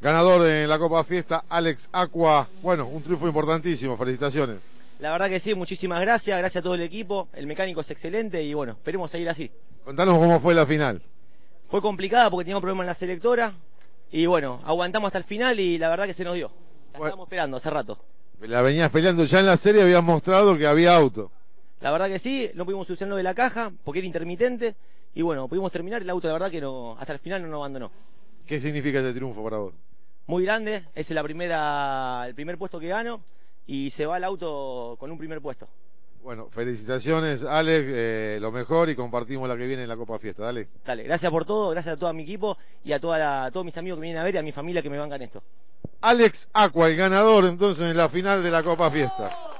Ganador en la Copa Fiesta, Alex Aqua. Bueno, un triunfo importantísimo. Felicitaciones. La verdad que sí, muchísimas gracias, gracias a todo el equipo, el mecánico es excelente y bueno, esperemos seguir así. Contanos cómo fue la final. Fue complicada porque teníamos problemas en la selectora y bueno, aguantamos hasta el final y la verdad que se nos dio. La Bueno. estábamos esperando hace rato. La venías peleando ya en la serie, habías mostrado que había auto. La verdad que sí, no pudimos solucionar lo de la caja porque era intermitente y bueno, pudimos terminar el auto, la verdad que no, hasta el final no nos abandonó. ¿Qué significa este triunfo para vos? Muy grande, ese es la primera, el primer puesto que gano y se va el auto con un primer puesto. Bueno, felicitaciones, Alex, eh, lo mejor y compartimos la que viene en la Copa Fiesta. Dale. Dale, gracias por todo, gracias a todo mi equipo y a, toda la- a todos mis amigos que vienen a ver y a mi familia que me bancan esto. Alex Aqua, el ganador entonces en la final de la Copa Fiesta.